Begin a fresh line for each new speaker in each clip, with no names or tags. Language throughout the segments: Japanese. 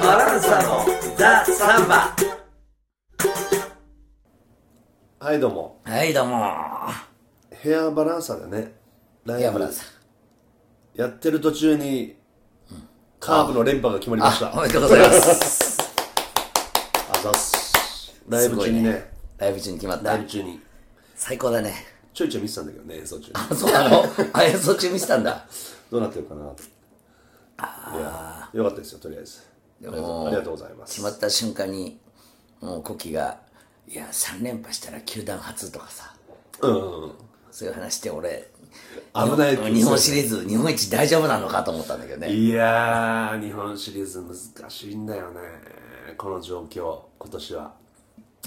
バランサのザ・サンバ
はいどうも
はいどうも
ヘアバランサーでねラ
い
イ
や
ブ
バランサ
やってる途中にカーブの連覇が決まりました
お
あ
めでとうございます
ざっすライブ中にね
すごい ライブ中に決まっ
ラ
た
イブ中に
最高だね
ちょいちょい見てたんだけどね演奏中に
あそうなのあ演奏中見せたんだ
どうなってるかなっていやよかったですよとりあえずありがとう
もう
ありがとうございま
決
す
まった瞬間にもうコキが「いや3連覇したら球団初」とかさ
うんうん
そういう話して俺
危ない
日本シリーズ日本一大丈夫なのかと思ったんだけどね
いやー日本シリーズ難しいんだよねこの状況今年は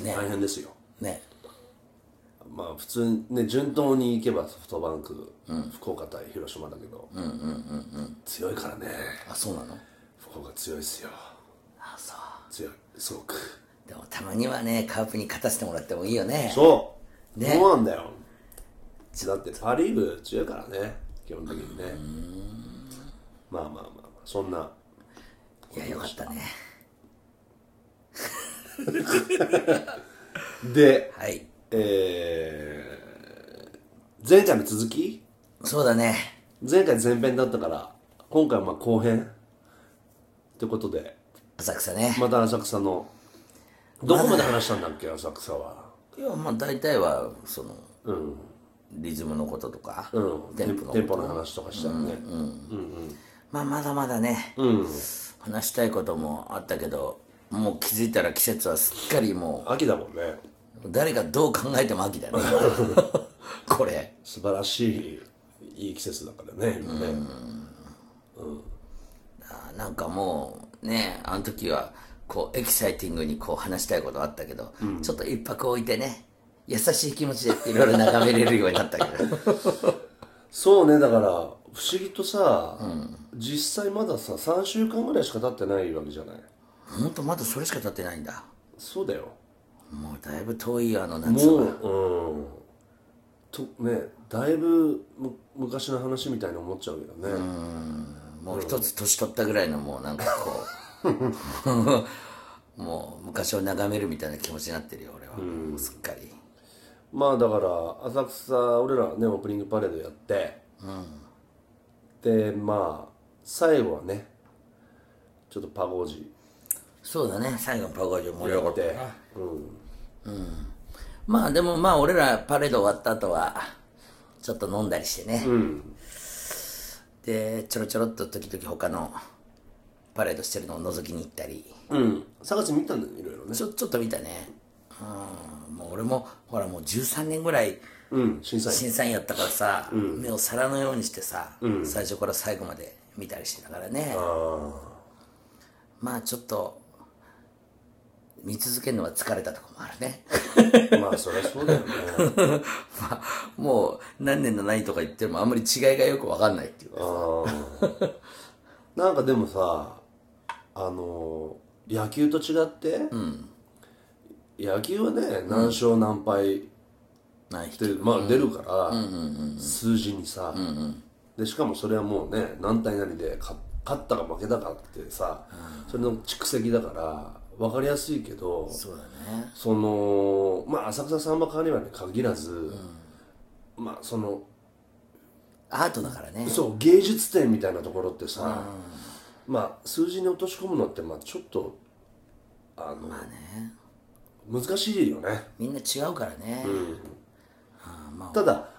ね
大変ですよ
ね
まあ普通にね順当にいけばソフトバンク、福岡対広島だけど、強いからね
あそうなの
福岡強いっすよ
あそ
強いすごく
うでもたまにはねカープに勝たせてもらってもいいよね
そう、
ね
そうなんだよだってパ・リーグ強いからね基本的にねまあまあまあまあそんない
やよかったね
で
はい
えー、前回の続き
そうだね
前回前編だったから今回はまあ後編ってことで
浅草ね、
また浅草のどこまで話したんだっけ浅草はい
やまあ大体はその
うん
リズムのこととか、
うん
テンポの
テ
こ
ンポ
と
の話とかしたよね
まあまだまだね、
うん、
話したいこともあったけどもう気づいたら季節はすっかりも
秋だもんね
う誰がどう考えても秋だ ねこれ
素晴らしいいい季節だからね今ね
あーなんかもうねあの時はこうエキサイティングにこう話したいことあったけど、ちょっと一泊置いてね優しい気持ちでいろいろ眺めれるようになったけ ど
そうねだから不思議とさ、実際まださ3週間ぐらいしか経ってないわけじゃない
ほんとまだそれしか経ってないんだ
そうだよ
もうだいぶ遠いあの夏
も
は
ううんとねだいぶむ昔の話みたいに思っちゃうけどね、
もう一つ年取ったぐらいのもうなんかこうもう昔を眺めるみたいな気持ちになってるよ俺は、もうすっかり
まあだから浅草俺らはねオープニングパレードやって、でまあ最後はねちょっとパゴージ
そうだね最後のパゴージュ盛り上がっ
で
てまあでもまあ俺らパレード終わった後はちょっと飲んだりしてね、でちょろちょろっと時々他のパレードしてるのを覗きに行ったり
うん探し見たんだよいろいろね
ちょちょっと見たねうんもう俺もほらもう13年ぐらい
うん審査 員
審査員やったからさ、目を皿のようにしてさ、最初から最後まで見たりしてたからねまあちょっと見続けるのは疲れたとこもあるね
まあそりゃそうだよね
まあもう何年の何とか言ってもあんまり違いがよく分かんないっていうか
なんかでもさあの野球と違って、野球はね何勝何敗、
ない
でまあ出るから、数字にさ、でしかもそれはもうね何対何で勝勝ったか負けたかってさ、それの蓄積だから分かりやすいけど
そうだね
そのまあ浅草サンバカーニバルに限らず、まあその
アートだからね
そう芸術点みたいなところってさ、まあ数字に落とし込むのってまあちょっとあの、難しいよね。
みんな違うからね、ああまあ
ただ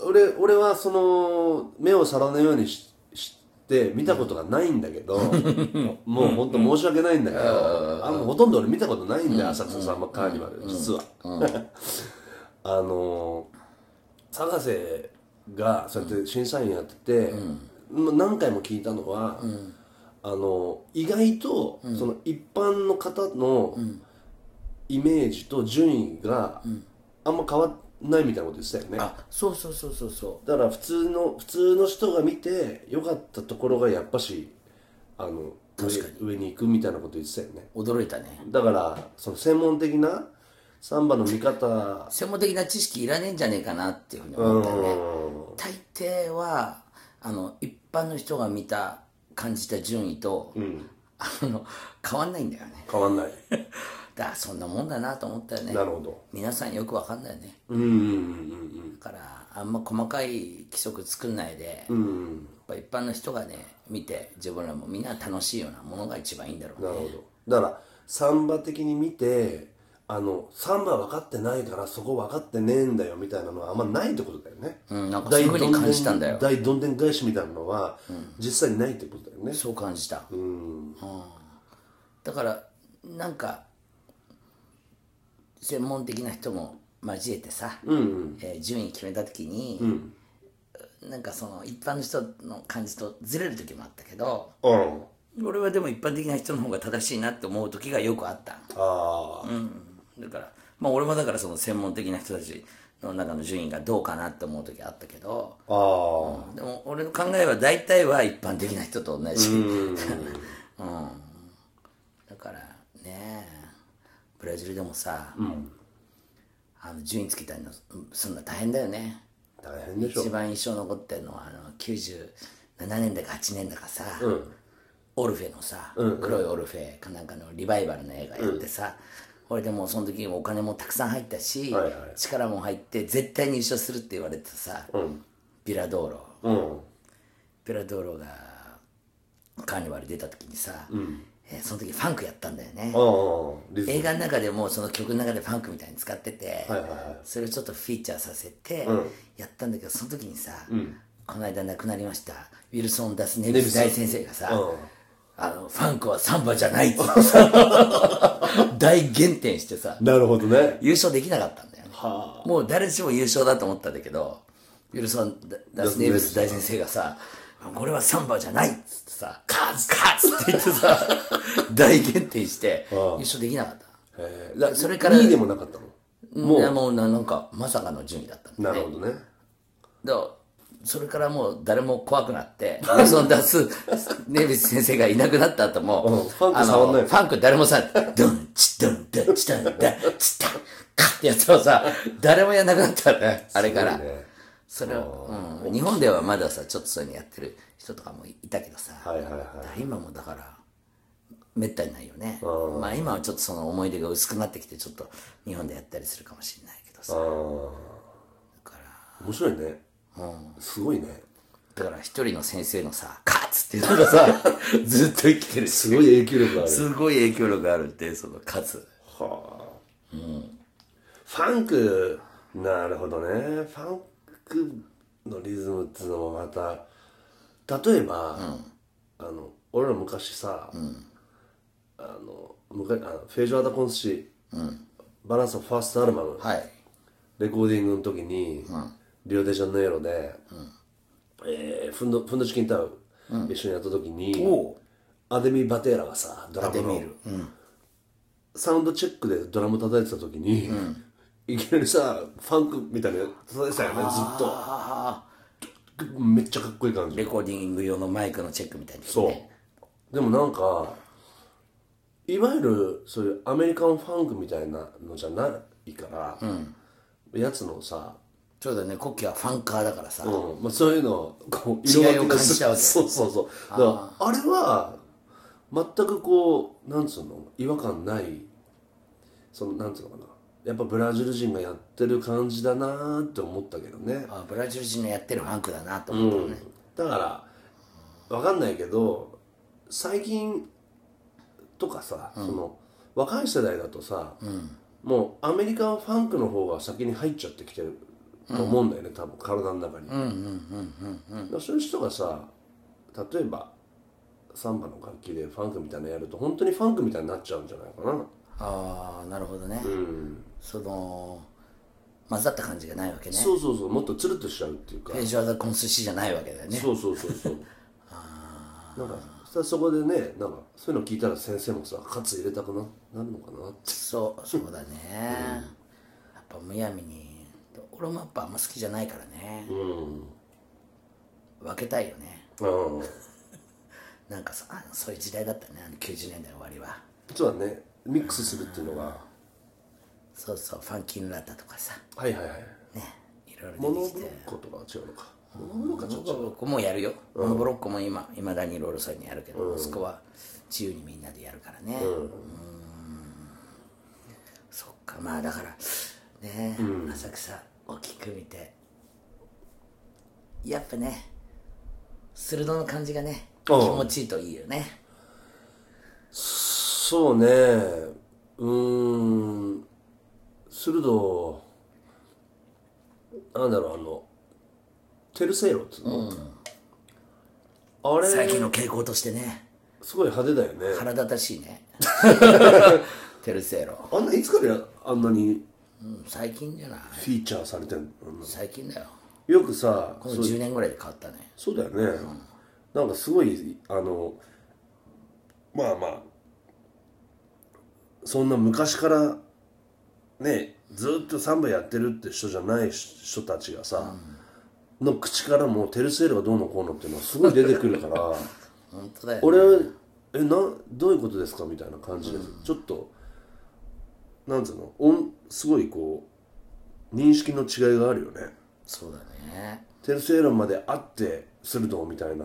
俺俺はその目を皿のようにしして見たことがないんだけどもう本当申し訳ないんだけどあのほとんど俺見たことないんだよ浅草さんまカーニバル実はあの佐瀬がそうやって審査員やっててまあ何回も聞いたのはあの意外とその一般の方のイメージと順位があんま変わんないみたいなこと言ってたよね
あそうそうそうそうそ
だから普通の普通の人が見て良かったところがやっぱしあの上上に行くみたいなこと言ってたよね
う驚いたね
だからその専門的なサンバの見方
専門的な知識いらねえんじゃねえかなっていうふうに
う
思ったよね、
ん
大抵はあの一般の人が見た感じた順位と、あの変わんないんだよね
変わんない
だからそんなもんだなと思ったよね
なるほど
皆さんよくわかんないよね
うんうんうん
だからあんま細かい規則作んないで、
うんうん
やっぱ一般の人がね見て自分らもみんな楽しいようなものが一番いいんだろう
な
ね
るほどだからサンバ的に見てあのサンバ分かってないからそこ分かってねえんだよみたいなのはあんまないってことだよね、
うんなんかそういうふうに感じたんだよ
大どんでん返しみたいなのは、実際にないってことだよね
そう感じた、
うん
だからなんか専門的な人も交えてさ、
うんうん
えー順位決めた時に、なんかその一般の人の感じとずれる時もあったけど
うん
俺はでも一般的な人の方が正しいなって思う時がよくあった、
ああ、
うん、だからまあ俺もだからその専門的な人たちの中の順位がどうかなって思う時あったけど
ああ、
でも俺の考えは大体は一般的な人と同じ、
うん
だからねブラジルでもさ、あの順位つけたりのすんの大変だよね
大変でし ょ
一番印象残ってるのはあの97年だか8年だかさ、オルフェのさ、黒いオルフェかなんかのリバイバルの映画やってさ、俺でもその時お金もたくさん入ったし、
はいはい
力も入って絶対に優勝するって言われてさ、ビラドーロ
うん
ピラドーロがカーニバル出た時にさ、えーその時ファンクやったんだよね
ああリズム
映画の中でもその曲の中でファンクみたいに使ってて、
はいはいはい
それをちょっとフィーチャーさせてやったんだけど、その時にさ、この間亡くなりましたウィルソン・ダス・ネビス大先生がさ、
うん
あのファンクはサンバじゃないって言って さ大減点してさ
なるほどね
優勝できなかったんだよね
は
もう誰しも優勝だと思ったんだけどウィルソン・ダダス・ネイブス大先生がさ「これはサンバじゃない」っつってさ「カツカツ!」って言って さ大減点して優勝できなかった
えー、だ
それから
2位でもなかったの
もうもうななんかまさかの順位だったんだ
な
よね
るほどね
だからそれからもう誰も怖くなって、ウィルソン・ダス・ネイビス先生がいなくなった後も、
うんファンク触んない
あのファンク誰もさ、ドン、チッドン、ドン、チッドン、ドン、チッタン、カッってやつをさ、誰もやんなくなったのね、あれから。
すごいね
それは、うん、日本ではまださちょっとそういうのやってる人とかもいたけどさ、
はいはいはい
今もだからめったにないよねまあ今はちょっとその思い出が薄くなってきてちょっと日本でやったりするかもしれないけど
あ
さ
あ
だから
面白いね、すごいね
だから一人の先生のさ「カツ!」っていうのがさ ずっと生きてるし
すごい影響力がある
すごい影響力があるってその「カツ
はあ、ファンクなるほどねファンクのリズムっていうのもまた例えば、あの俺ら昔さ、あの昔あのフェイジョアダ・コンスシー、バランスのファーストアルバム、
はい
レコーディングの時に、リオデジャネイロで、えーフンドフンドチキンタウン一緒にやった時に、
お
アデミ・バテーラがさドラムの、サウンドチェックでドラム叩いてた時に、いきなりさファンクみたいなの叩いてたよねずっとめっちゃかっこいい感じ
レコーディング用のマイクのチェックみたいな、ね、
そうでもなんかいわゆるそういうアメリカンファンクみたいなのじゃないから、やつのさ、
ちょうどね国旗はファンカーだからさ、
うんまあ、そういうのをこう
違いを
分け
感
がす
じちゃうわけ
そうそうそうだからあれは全くこうなんつうの違和感ないそのなんつうのかなやっぱブラジル人がやってる感じだなーって思ったけどね、
あブラジル人のやってるファンクだなと
う
思ったのね、
ん、だからわかんないけど最近とかさ、その若い世代だとさ、もうアメリカンファンクの方が先に入っちゃってきてると思うんだよね、多分体の中に、だからそういう人がさ例えばサンバの楽器でファンクみたいなのやると本当にファンクみたいになっちゃうんじゃないかな
ああなるほどね、
うん
その混ざった感じがないわけね
そうそうそうもっとツルっとしちゃうっていうか
ページ技コンスシじゃないわけだよね
そうそうそう そうなんかさそこでねなんかそういうの聞いたら先生もさカツ入れたくななるのかなって
そうそうだね、やっぱむやみに俺もやっぱあんま好きじゃないからね
う、ん
分けたいよね
うん
なんかさあのそういう時代だったねあの90年代の終わりは
実はねミックスするっていうのが
そうそうファンキーヌラタとかさ
はいはいはい
ねいろい
モ
ろ
ノ
出てき
ブロ
て
ッコとかは違うのかモノブロックはちょっ
モノブロックもやるよ、モノブロックも今いまだにロールサインやるけど、そこは自由にみんなでやるからね、うんそっかまあだからね、浅草大きく見てやっぱね鋭の感じがね気
うん
持ちいいといいよね
そうねうーん鋭なんだろうあのテルセイロっつうの、あれ
最近の傾向としてね
すごい派手だよね
腹立たしい ねテルセイロ
あんないつからあんなに
うん最近じゃない
フィーチャーされてんの
最近だよ
よくさ
この10年ぐらいで変わったね
そうだよね、なんかすごいあのまあまあそんな昔からねずっとサンバやってるって人じゃない人たちがさ、の口からもうテルセールがどうのこうのっていうのはすごい出てくるから
本当だよ、ね、
俺えなどういうことですかみたいな感じです、ちょっとなんつうのおんすごいこう認識の違いがあるよね
そうだね
テルセイロンまで会って鋭みたいな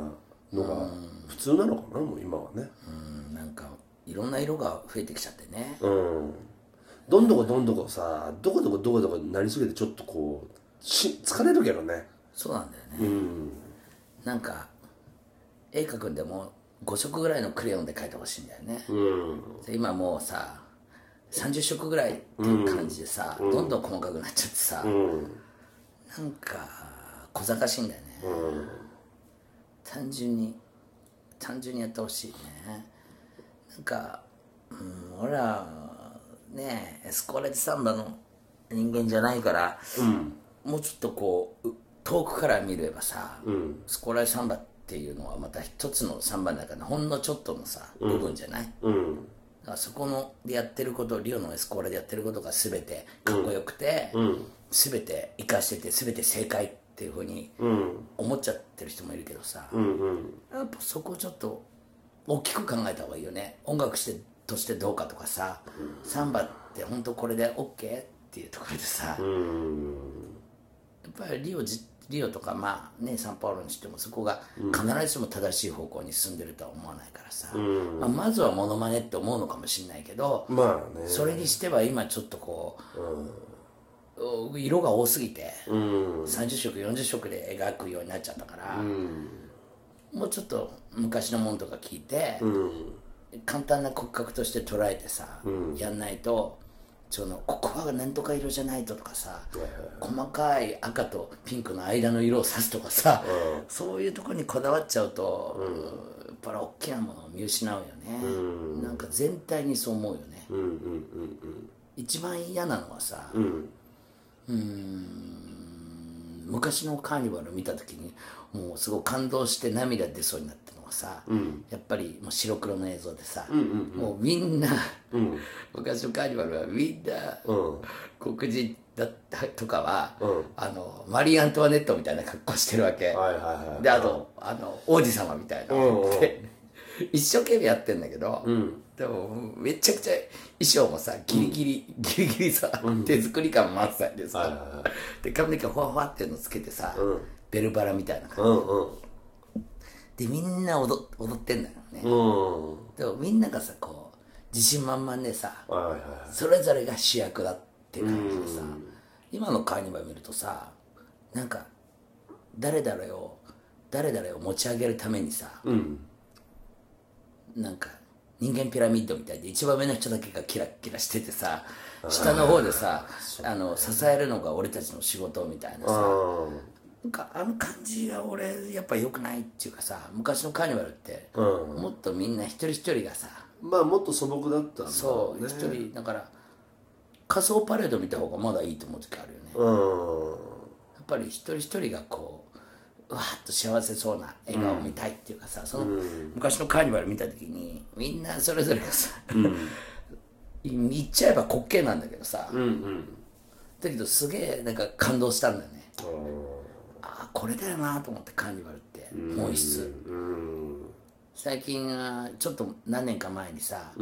のが普通なのかなもう今はね
うんなんかいろんな色が増えてきちゃってね
うんどんどこどんどこさどこどこどこどこになりすぎてちょっとこうし疲れるけどね
そうなんだよね、
うん
なんか絵描くんでも5色ぐらいのクレヨンで描いてほしいんだよね、
うん
で今もうさ30色ぐらいっていう感じでさ、どんどん細かくなっちゃってさ、
うん
なんか小賢しいんだよね、単純に単純にやってほしいねなんか、うん、俺らねエスコーレッジサンバの人間じゃないから、もうちょっとこうう遠くから見ればさ、
ん
スコーレッジサンバっていうのはまた一つのサンバの中のほんのちょっとのさ、部分じゃない
うん
だからそこのでやってることリオのエスコーラでやってることが全てかっこよくて、全て生かしてて全て正解っていうふうに
うん
思っちゃってる人もいるけどさ、
うんうん
やっぱそこちょっと大きく考えた方がいいよね音楽してとしてどうかとかさ、サンバって本当これで OK っていうところでさ、や
うん
っぱりリオじリオとかまあねサンパウロにしてもそこが必ずしも正しい方向に進んでるとは思わないからさ、まあまずはモノマネって思うのかもしれないけど、
まあね
それにしては今ちょっとこう、色が多すぎて、
うん
30色40色で描くようになっちゃったから、
うん
もうちょっと昔のものとか聞いて、
うん
簡単な骨格として捉えてさ、やんないとそのここはなんとか色じゃないととかさ、細かい赤とピンクの間の色を指すとかさ、そういうとこにこだわっちゃうと、やっぱり大きなものを見失うよね、なんか全体にそう思うよね、
うんうん
一番嫌なのはさ、
うん
昔のカーニバル見た時にもうすごい感動して涙出そうになったのはさ、やっぱりもう白黒の映像でさ、もうみんな、昔のカーニバルはみんな、黒人だったとかは、あのマリー・アントワネットみたいな格好してるわけ、
はいはいはい
であとあの王子様みたいなの
うんうん
で一生懸命やってんだけど、でもめちゃくちゃ衣装もさギリギリ、ギリギリさ、手作り感満載でさ、
はいはいは
で髪の毛ほわほわっていうのつけてさ、ベルバラみたいな感
うんうん
じでみんな踊踊ってんだよね、
うん
でもみんながさこう自信満々でさ
はいはい
それぞれが主役だって感じでさ、今のカーニバル見るとさなんか誰々を誰々を持ち上げるためにさ、
うん
なんか人間ピラミッドみたいで一番上の人だけがキラッキラしててさ下の方でさあの支えるのが俺たちの仕事みたいな
あ
さ
ー
なんかあの感じが俺やっぱ良くないっていうかさ昔のカーニバルって、
う
もっとみんな一人一人がさ
まあもっと素朴だったんだろ
そう
うね
一、人だから仮想パレード見た方がまだいいと思う時あるよねや
うん
っぱり一人一人がこううわーっと幸せそうな笑顔を見たいっていうかさ、その昔のカーニバル見た時にみんなそれぞれがさ、言っちゃえば滑稽なんだけどさ、
うんうん
だけどすげえなんか感動したんだよねああこれだよなと思ってカーニバルって本質、
うん
最近はちょっと何年か前にさ、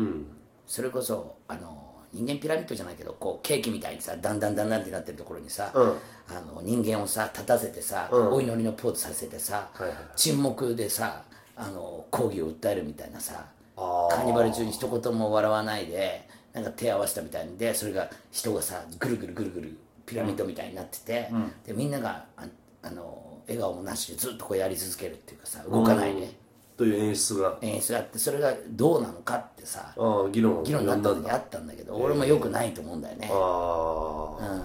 それこそあの人間ピラミッドじゃないけどこうケーキみたいにさだんだんだんだんってなってるところにさ、
うん
あの人間をさ立たせてさ、
うん
お祈りのポーズさせてさ、
はいはい
沈黙でさあの抗議を訴えるみたいなさ
あー
カーニバル中に一言も笑わないでなんか手合わせたみたいんでそれが人がさぐるぐるぐるぐるピラミッドみたいになってて、でみんながああの笑顔もなしでずっとこうやり続けるっていうかさ動かないで、
という演出が
演出があってそれがどうなのかってさ
ああ議論を
議論になった時あったんだけど俺もよくないと思うんだよね、
ああ、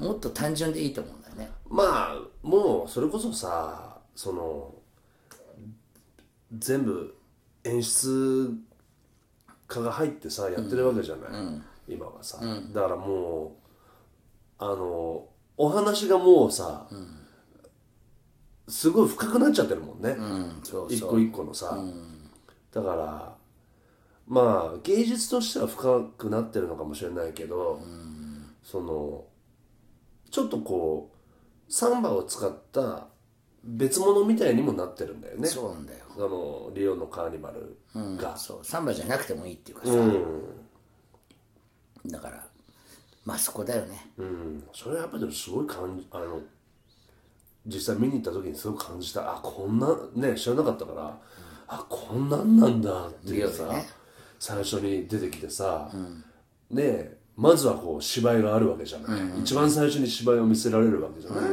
うん、もっと単純でいいと思うんだよね
まあもうそれこそさその全部演出家が入ってさやってるわけじゃない、今はさ、だからもうあのお話がもうさ、すごい深くなっちゃってるもんね、
うんそう
一
そ
個
う
一個のさ、だからまあ芸術としては深くなってるのかもしれないけど、そのちょっとこうサンバを使った別物みたいにもなってるんだよね
そうなんだよ
あのリオのカーニバルが、
そうサンバじゃなくてもいいっていうかさ、だからまあそこだよね
うんそれはやっぱりすごい感じあの実際見に行った時にすごく感じたあこんなね知らなかったから、あこんなんなんだっていう
リ
さ、
オでね
最初に出てきてさ、ねえまずはこう芝居があるわけじゃない、一番最初に芝居を見せられるわけじゃない、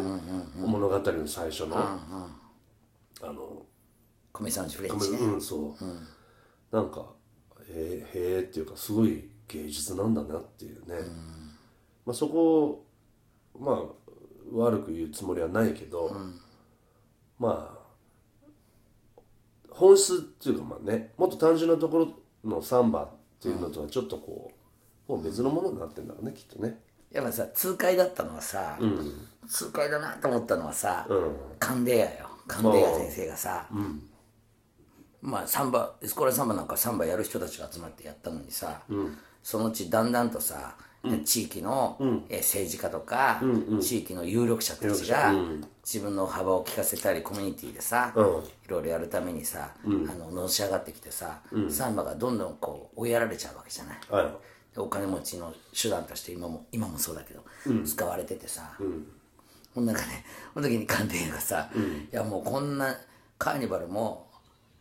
物語の最初の、あの
米さんフレ
ご
ン
め
チね
んうんそう、なんかへえへえっていうかすごい芸術なんだなっていうね、まあ、そこをまあ悪く言うつもりはないけど、まあ本質っていうかまあねもっと単純なところのサンバっていうのとはちょっとこう、もう別のものになってんだろうねきっとね
やっぱさ痛快だったのはさ、痛快だなと思ったのはさ、
ん
カンデーヤよカンデーヤ先生がさ、まあサンバエスコラサンバなんかサンバやる人たちが集まってやったのにさ、そのうちだんだんとさ、地域の、えー政治家とか、地域の有力者たちが、自分の幅を利かせたりコミュニティでさ、いろいろやるためにさ、あののし上がってきてさ、サンバがどんどんこう追いやられちゃうわけじゃない。
は
お金持ちの手段として今も今もそうだけど、使われててさ、ほんなんかねその時に鑑定がさ、いやもうこんなカーニバルも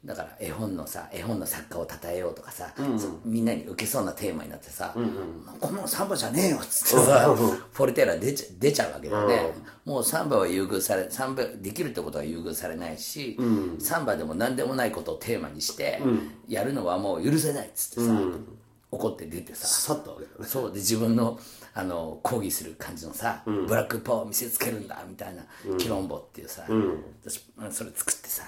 だから絵本のさ絵本の作家を称えようとかさ、そみんなに受けそうなテーマになってさ「このサンバじゃねえよ」っつってさ、ポルテラ出ちゃ出ちゃうわけだよね、もうサンバは優遇されサンバできるってことは優遇されないし、サンバでも何でもないことをテーマにして、やるのはもう許せないっつってさ、怒って出てさ
去ったわけだね
そうで自分のあの抗議する感じのさ、ブラックパワーを見せつけるんだみたいな、キロンボっていうさ、私それ作ってさ、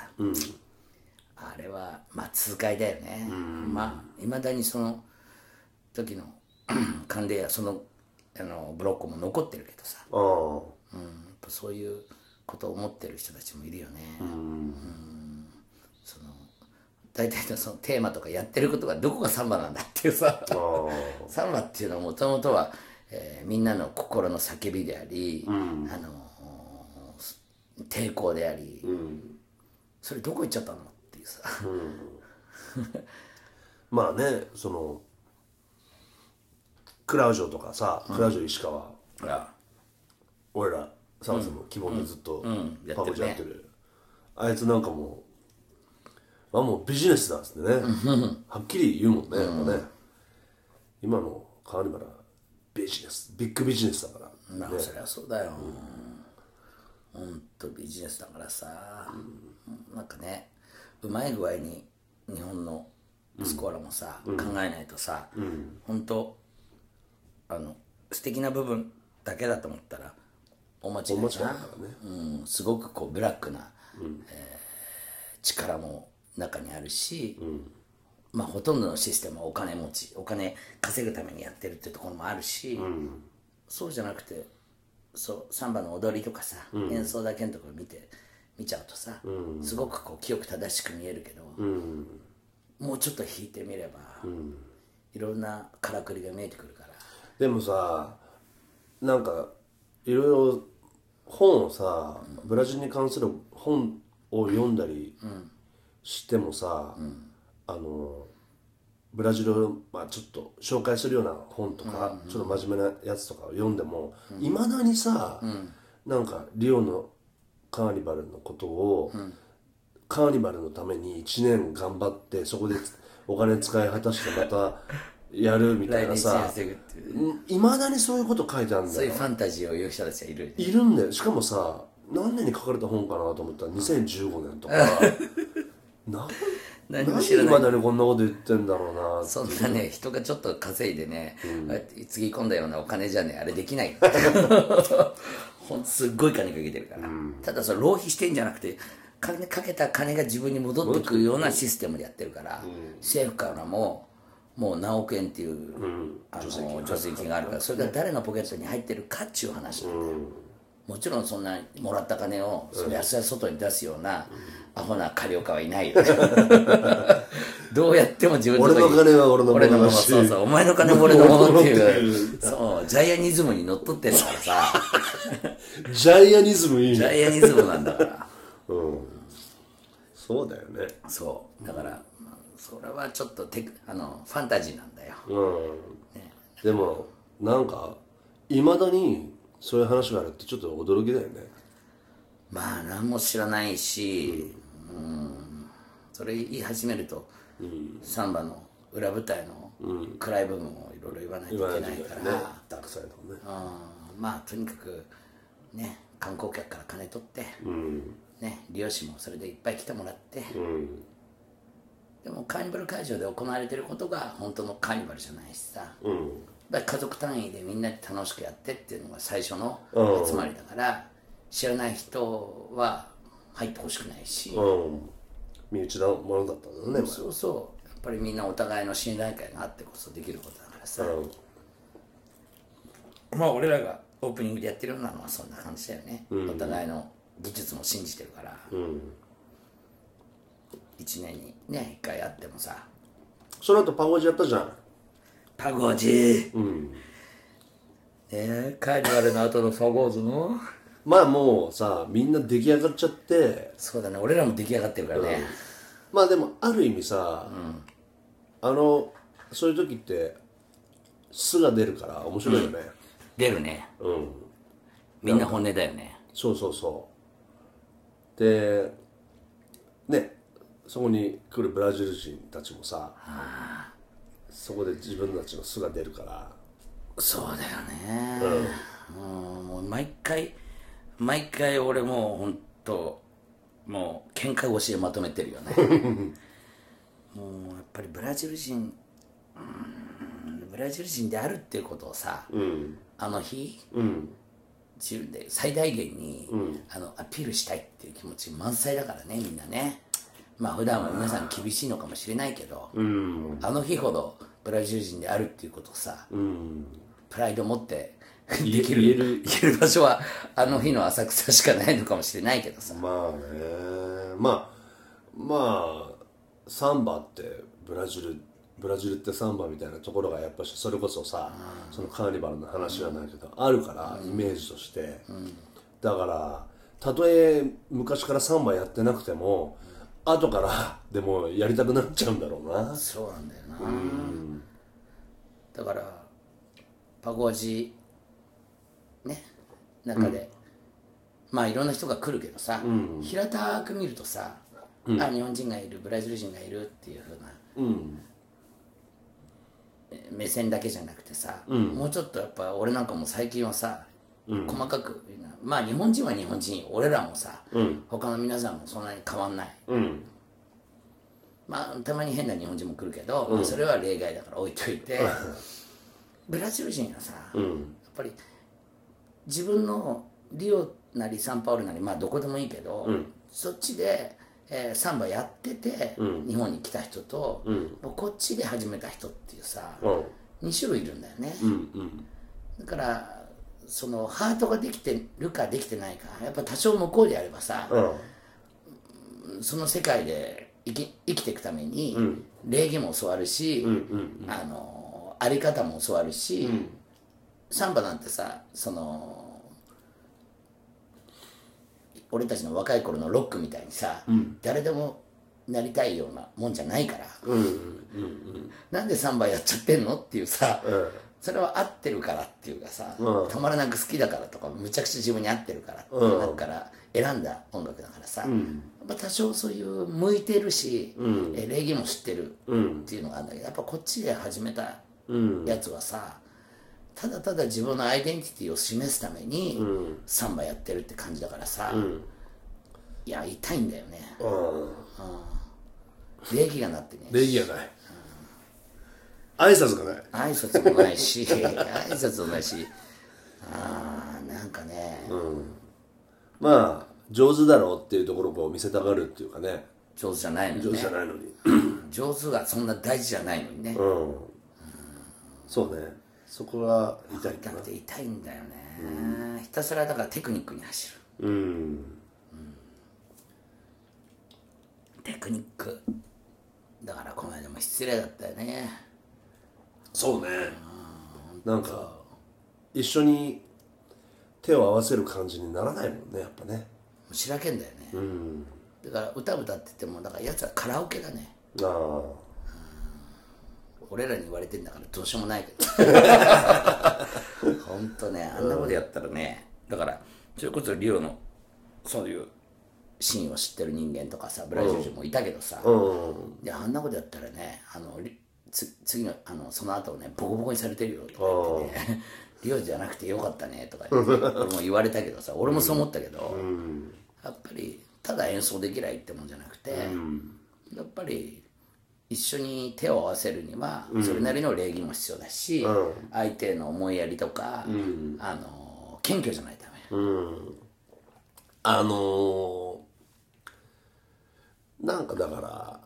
あれはまあ痛快だよね、まあいまだにその時の 勘でそのあのブロックも残ってるけどさ、
ああ
うん、やっぱそういうことを思ってる人たちもいるよね、うんその大体のそのテーマとかやってることがどこがサンバなんだっていうさ
ああ
サンバっていうのはもともとは、えーみんなの心の叫びであり、あのー抵抗であり、それどこ行っちゃったのっていうさ、
まあねそのクラウジョとかさクラウジョ石川、俺ら澤さんも希望でずっと
ん
パコちゃん
や
やっ
ってて
る,、あいつなんかもうあもうビジネスだっつってねはっきり言うもんねやっぱね、今のカーニバルはビジネスビッグビジネスだから、
まあそりゃそうだよ、ほんとビジネスだからさ、なんかねうまい具合に日本のスコアラもさ、考えないとさ、ほんとあの素敵な部分だけだと思ったらお間違い
お
な
間違いだからね
うん、すごくこうブラックな、えー力も中にあるし、まあ、ほとんどのシステムはお金持ちお金稼ぐためにやってるってところもあるし、そうじゃなくてそうサンバの踊りとかさ、演奏だけのところ見て見ちゃうとさ、すごくこう清く正しく見えるけど、もうちょっと弾いてみれば、いろんなからくりが見えてくるから。
でもさなんかいろいろ本をさブラジルに関する本を読んだりしてもさ、あのブラジルを、まあ、ちょっと紹介するような本とか、ちょっと真面目なやつとかを読んでもいま、未だにさ、なんかリオのカーニバルのことを、カーニバルのために1年頑張ってそこでお金使い果たしてまたやるみたい
来
な
日さ
さ
せていくっていう
いまだにそういうこと書いてあるん
そ
だ
ういう
よ
ファンタジーを言う人たちがいる
いるんだよしかもさ何年に書かれた本かなと思ったら2015年とか な
何も
何
知ら
で
ない
まだにこんなこと言ってんだろうなって
そんなね人がちょっと稼いでね、あえつぎ込んだようなお金じゃねあれできない ほんすっごい金かけてるから、ただそれ浪費してんじゃなくて金かけた金が自分に戻ってくるようなシステムでやってるから、政府からももう何億円っていう、あの助成金があるからそれが誰のポケットに入ってるかっちゅう話なんだよ、もちろんそんなもらった金をその安々外に出すような、アホな下流家はいないよ どうやっても自分
俺の
とこに
金は俺のも
俺の
の
もの
だし
そうそうお前の金も俺のものって
俺
いうそうジャイアニズムにのっとってんだからさ
ジャイアニズムいい
ジ
ね
ャイアニズムなんだから
うんそうだよね
そうだから、まあそれはちょっとテクあのファンタジーなんだよ
うんでもなんかいまだにそういう話があるってちょっと驚きだよね
まあ何も知らないし、うんそれ言い始めると、サンバの裏舞台の暗い部分をいろいろ言わないとい
今
け
の
ない
時
か
代
ら、
ねダークサイドもね
うんまあとにかくね観光客から金取って、
うん
ね利用者もそれでいっぱい来てもらって、
うん
でもカーニバル会場で行われてることが本当のカーニバルじゃないしさ
うん
だから家族単位でみんなで楽しくやってっていうのが最初の
うん
集まりだから知らない人は入ってほしくないし、
うん身内のものだったんだね
そうそうやっぱりみんなお互いの信頼感があってこそできることだからさ、
前うん
まあ俺らがオープニングでやってるようなのはそんな感じだよね、お互いの技術も信じてるから、一1年にね1回会ってもさ
その後パゴジやったじゃん
「パゴジー」ねえカーニバルの後のパゴーズの
まあもうさみんな出来上がっちゃって
そうだね俺らも出来上がってるからね、
まあでもある意味さ、あのそういう時って素が出るから面白いよね
出るね
うん、
みんな本音だよね
そうそうそうでねそこに来るブラジル人たちもさそこで自分たちの素が出るから
そうだよね、うん、もう毎回毎回俺もうほんともう喧嘩腰でまとめてるよ ねもうやっぱりブラジル人うんブラジル人であるっていうことをさ、
うん
あの日
うん
自分で最大限に、あのアピールしたいっていう気持ち満載だからねみんなねまあ普段は皆さん厳しいのかもしれないけど、
うん
あの日ほどブラジル人であるっていうことをさ、
うん
プライド持って
言え
できる
言える
言える場所はあの日の浅草しかないのかもしれないけどさ
まあねまあまあサンバってブラジルブラジルってサンバみたいなところがやっぱしそれこそさ、そのカーニバルの話じゃないけど、あるから、イメージとして、だからたとえ昔からサンバやってなくても、後からでもやりたくなっちゃうんだろうな
そうなんだよなだからパゴジね中で、まあいろんな人が来るけどさ、平たく見るとさ、あ日本人がいるブラジル人がいるっていうふうな
うん
目線だけじゃなくてさ、もうちょっとやっぱ俺なんかも最近はさ、細かく言うなまあ日本人は日本人俺らもさ、他の皆さんもそんなに変わんない
うん
まあたまに変な日本人も来るけど、まあそれは例外だから置いといて、ブラジル人はさ、やっぱり自分のリオなりサンパウロなりまあどこでもいいけど、そっちで、えーサンバやってて、日本に来た人と、もうこっちで始めた人っていうさ、
うん
2種類いるんだよね、
うんうん
だからそのハートができてるかできてないかやっぱ多少向こうでやればさ、
うん
その世界で生き生きていくために、礼儀も教わるし、あのあり方も教わるし、サンバなんてさその俺たちの若い頃のロックみたいにさ、誰でもなりたいようなもんじゃないから、なんでサンバやっちゃってんのっていうさ、それは合ってるからっていうかさ、
うん
たまらなく好きだからとかむちゃくちゃ自分に合ってるからってなるから、選んだ音楽だからさ、やっぱ多少そういう向いてるし、え礼儀も知ってるっていうのがあるんだけどやっぱこっちで始めたやつはさただただ自分のアイデンティティを示すために、サンバやってるって感じだからさ、いや痛いんだよね礼儀がなってね
礼儀がない挨拶がな
挨
い
拶もないし 挨拶もないしああなんかね、
まあ上手だろうっていうところを見せたがるっていうかね
上手じゃないの
上
に
手
ね
じゃないのに
上手がそんな大事じゃないのにね
うんそうねそこは痛い
痛
かな
くて痛いんだよね、ひたすらだからテクニックに走る
うん
テクニックだからこの間も失礼だったよね
そうねなんか一緒に手を合わせる感じにならないもんねやっぱね
もうしらけんだよね、だから歌歌っててもだからやつはカラオケだね
ああ
俺らに言われてんだからどうしようもないけ どほんとねあんなことやったらね、だからそれこそリオのそういうシーンを知ってる人間とかさブラジル人もいたけどさ、
うん
であんなことやったらねあのリつ次のあのその後ねボコボコにされてるよとか言ってね「リオじゃなくてよかったね」とか言って俺も言われたけどさ俺もそう思ったけど、やっぱりただ演奏できないってもんじゃなくて、やっぱり一緒に手を合わせるにはそれなりの礼儀も必要だし、相手の思いやりとか、あの謙虚じゃないため、
あのーなんかだから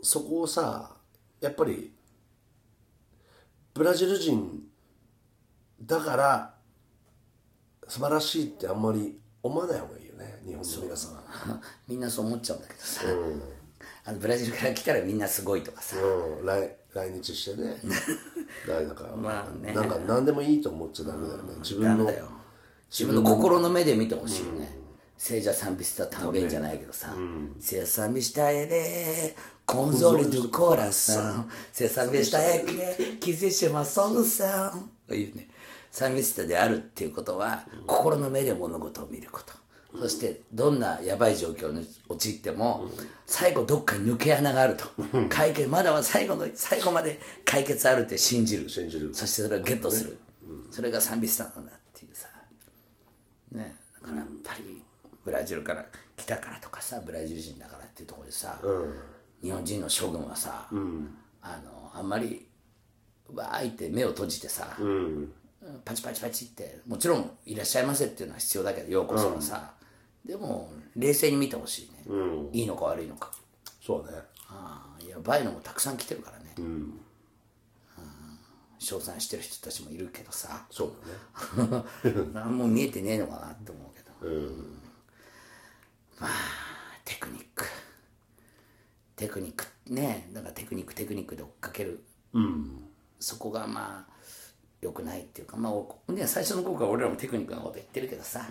そこをさやっぱりブラジル人だから素晴らしいってあんまり思わない方がいいよね日本の皆さんは
みんなそう思っちゃうんだけどさ、あのブラジルから来たらみんなすごいとかさ、
うん来来日 してね誰だから、
まあね
なんか何でもいいと思っちゃダメだよね自
な
分
ん
の
だよ自分の心の目で見てほしいよね聖者サンビスタタンベンじゃないけどさ聖者サンビスタエレコンソルドゥコーラサン聖者サンビスタエレキセシマソルサンというねサンビスタであるっていうことは心の目で物事を見ることそしてどんなやばい状況に陥っても最後どっかに抜け穴があると解決まだは最後の最後まで解決あるって信じる
信じる
そしてそれをゲットする、それがサンビスタなんだっていうさねだからやっぱりブラジルから来たからとかさブラジル人だからっていうところでさ、日本人の将軍はさ、あのあんまりわーいって目を閉じてさ、パチパチパチってもちろん「いらっしゃいませ」っていうのは必要だけどようこそのさ、でも冷静に見てほしいね、いいのか悪いのか
そうね
ああやばいのもたくさん来てるからね、うん称賛してる人たちもいるけどさ
そうだね
何も見えてねえのかなって思うけど、まあテクニックテクニックねなんかテクニックテクニックで追っかける、そこがまあ良くないっていうかまあおね最初の頃から俺らもテクニックのこと言ってるけどさ、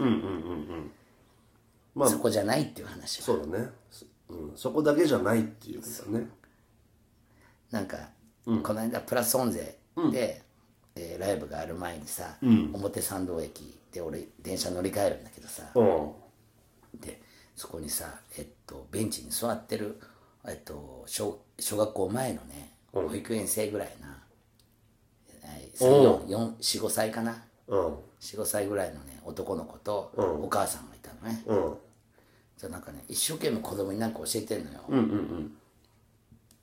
まあ
そこじゃないっていう話は
そうだね、そうん、そこだけじゃないっていうことだね
なんか、この間プラスオンゼで、えーライブがある前にさ、表参道駅で俺電車乗り換えるんだけどさ、
うん
でそこにさ、えっと、ベンチに座ってる、えっと、小小学校前のね保育園生ぐらいな、えー4 45歳かな
うん
45歳ぐらいのね男の子とお母さんがいたのね、
うん
じゃなんかね一生懸命子供に何か教えてんのよ、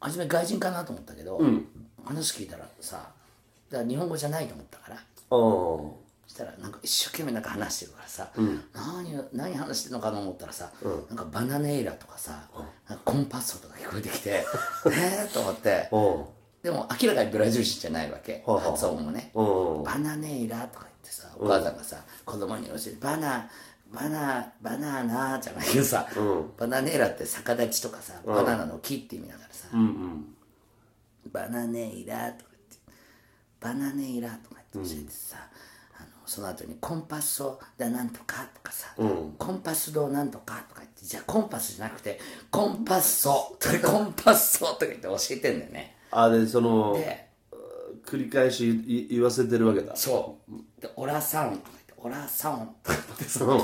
初め外人かなと思ったけど、話聞いたらさだから日本語じゃないと思ったから
うん
そしたらなんか一生懸命なんか話してるからさ、何何話してるのかなと思ったらさ、なんかバナネイラとかさ、なんかコンパッソとか聞こえてき てえーと思って
うん
でも明らかにブラジル人じゃないわけ
はあはあ
発音もね
うん
バナネイラとか言ってさお母さんがさ、子供に教えてバナバナバナナじゃないけどさ、バナネイラって逆立ちとかさバナナの木って意味だからさ、バナネイラとか言ってバナネイラとか言って教えてさ、あのその後にコンパスをだなんとかとかさ、コンパスどうなんとかとか言ってじゃあコンパスじゃなくてコンパッソとかコンパッソとか言って教えてんだよね
あでその
で
繰り返しい言わせてるわけだ
そうでオラサウンとか言ってオラサウンとか言ってさ
うん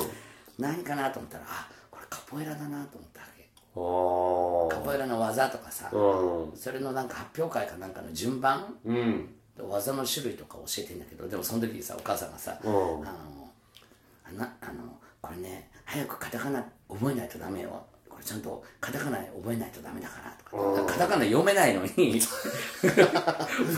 何かなと思ったらあこれカポエラだなと思ったわけカ
あ
ポエラの技とかさ
あう
それのなんか発表会かなんかの順番
んうん
技の種類とか教えてんだけどでもその時にさお母さんがさ「あ
う
のあなあのこれね早くカタカナ覚えないとダメよ」これちゃんとカタカナ覚えないとダメだからとか、カタカナ読めないのに「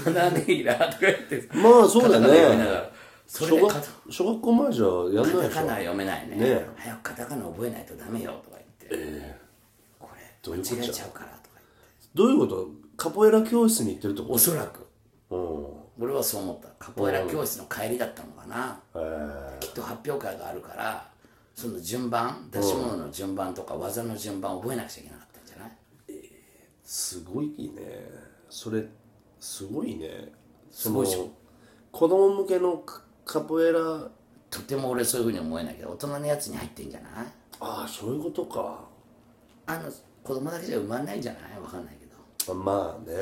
マナネイラ」とか言ってさ
まあそう
カタ
だ
カナ読めなが
ね
らそれ
小
でカタ
学小学校前じゃや
カ
んない
タ
でし
カ
ょ
ナ読めないね
ねえ
早くカタカナ覚えないとダメよとか言って、こ
どう
れ
いうこと
間違
じ
え
ゃ
ちゃうからとか言って
どういうことカポエラ教室に行ってるってこ
おそらく
と
俺はそう思ったカポエラ教室の帰りだったのかな、
うんへ
きっと発表会があるからその順番出し物の順番とか技の順番を覚えなくちゃいけなかったんじゃない
えすごいねそれすごいねそ
ご
の
いでしょ
子供向けのカカポエラ
とても俺そういうふうに思えないけど大人のやつに入ってんじゃない
ああそういうことか
あの子供だけじゃ埋まんないんじゃないわかんないけど
まあね